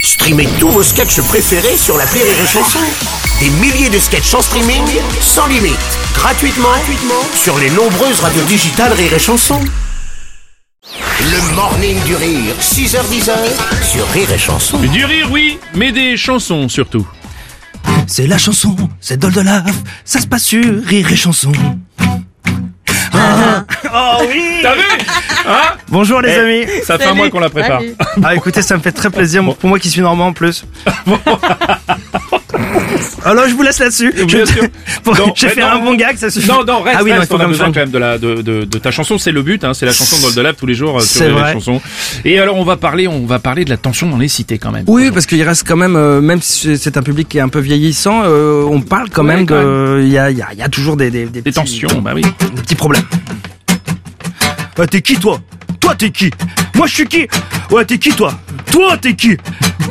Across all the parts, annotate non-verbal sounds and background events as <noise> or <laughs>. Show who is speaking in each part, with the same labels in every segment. Speaker 1: Streamez tous vos sketchs préférés sur la Rire et Chanson. Des milliers de sketchs en streaming, sans limite, gratuitement, gratuitement sur les nombreuses radios digitales Rire et Chanson. Le morning du rire, 6h10 sur Rire et Chanson.
Speaker 2: Du rire, oui, mais des chansons surtout.
Speaker 3: C'est la chanson, c'est Doldolaf, ça se passe sur Rire et Chanson. Ah. Oh
Speaker 2: T'as vu Hein
Speaker 3: Bonjour les amis
Speaker 2: Ça fait un mois qu'on la prépare.
Speaker 4: Ah, Salut.
Speaker 3: Eh. <laughs> Ah écoutez, ça me fait très plaisir pour moi qui suis normand
Speaker 2: <laughs>
Speaker 3: en plus. Alors je vous laisse là-dessus.
Speaker 2: Bien sûr.
Speaker 3: Pour-
Speaker 2: Non,
Speaker 3: J'ai
Speaker 2: mais
Speaker 3: fait
Speaker 2: non.
Speaker 3: un <laughs> bon gag, ça
Speaker 2: <laughs>
Speaker 3: suffit.
Speaker 2: Non, non, reste,
Speaker 3: Ah oui, non,
Speaker 2: reste,
Speaker 3: il faut
Speaker 2: on a
Speaker 3: quand même
Speaker 2: besoin
Speaker 3: changer.
Speaker 2: quand même de, la, de, de- de ta chanson, c'est le but, hein, c'est la chanson de Goldelab tous les jours euh, sur
Speaker 3: C'est
Speaker 2: les
Speaker 3: vrai.
Speaker 2: chansons. Et alors on va parler, on va parler de la tension dans les cités quand même.
Speaker 5: Oui, parce qu'il reste quand même, euh, même si c'est un public qui est un peu vieillissant, euh, on parle quand
Speaker 2: Ouais,
Speaker 5: même
Speaker 2: quand
Speaker 5: de, il y a, il y a- il y a toujours des, des,
Speaker 2: Des
Speaker 5: petits-
Speaker 2: tensions, bah oui.
Speaker 5: des petits problèmes.
Speaker 3: Ah, t'es qui toi Toi t'es qui Moi je suis qui Ouais t'es qui toi Toi t'es qui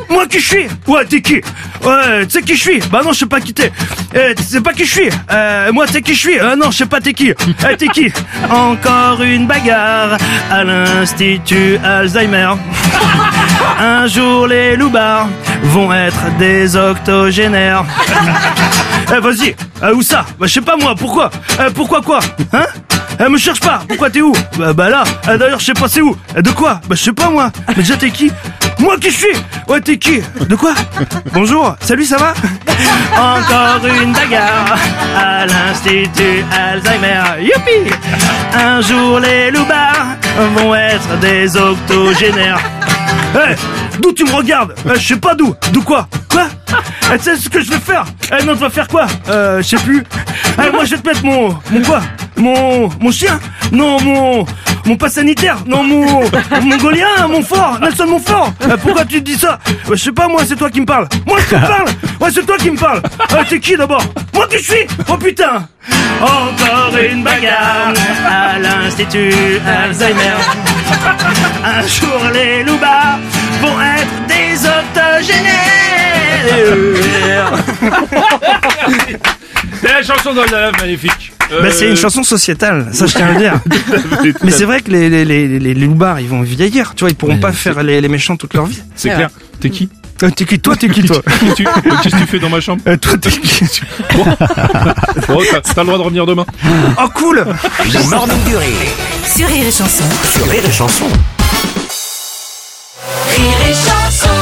Speaker 3: Moi qui je suis Ouais t'es qui Ouais tu sais qui je suis Bah non je sais pas qui t'es Eh, Tu sais pas qui je suis Euh, Moi tu sais qui je suis Euh, Non je sais pas t'es qui Eh, T'es qui Encore une bagarre à l'Institut Alzheimer Un jour les loupards vont être des octogénaires Eh vas-y, euh, où ça Bah je sais pas moi, pourquoi Euh, Pourquoi quoi Hein euh, me cherche pas, pourquoi t'es où bah, bah là, Euh, d'ailleurs je sais pas c'est où Euh, De quoi Bah je sais pas moi, mais déjà t'es qui Moi qui je suis Ouais t'es qui De quoi Bonjour, salut ça va Encore une bagarre à l'Institut Alzheimer, youpi Un jour les loupards vont être des octogénaires Eh, d'où tu me regardes Eh, Je sais pas d'où. De quoi Quoi Eh, Tu sais ce que je vais faire Eh non, tu vas faire quoi Euh, je sais plus. Eh, moi, je vais te mettre mon... Mon quoi Mon... Mon chien Non, mon... Mon pass sanitaire Non, mon... Mongolien Mon fort Nelson Montfort Eh, Pourquoi tu dis ça Eh, Je sais pas, moi, c'est toi qui me parles. Moi, je te parle Ouais, c'est toi qui me parle Eh, T'es qui, d'abord Moi, qui je suis Oh, putain Encore une bagarre à l'Institut Alzheimer. Un jour les loupards vont être des octogénaires.
Speaker 2: C'est la chanson de Goldelab, magnifique. Euh,
Speaker 5: Bah, c'est une chanson sociétale, ça je tiens à le dire. Mais c'est vrai que les, les, les, les, les loupards, ils vont vieillir, tu vois, ils pourront pas faire les, les méchants toute leur vie.
Speaker 2: C'est clair. T'es qui
Speaker 5: Euh, T'es qui toi, t'es qui toi
Speaker 2: Qu'est-ce que tu- qu'est-ce que tu fais dans ma
Speaker 3: <laughs>
Speaker 2: chambre
Speaker 5: Euh, Toi, t'es qui
Speaker 2: Bon, Bon, t'as t'as le droit de revenir demain.
Speaker 5: <laughs> Oh cool
Speaker 1: Le morning du rire
Speaker 4: Sur Rire et Chanson.
Speaker 1: sur Rire et Chanson.
Speaker 4: Rire et Chanson.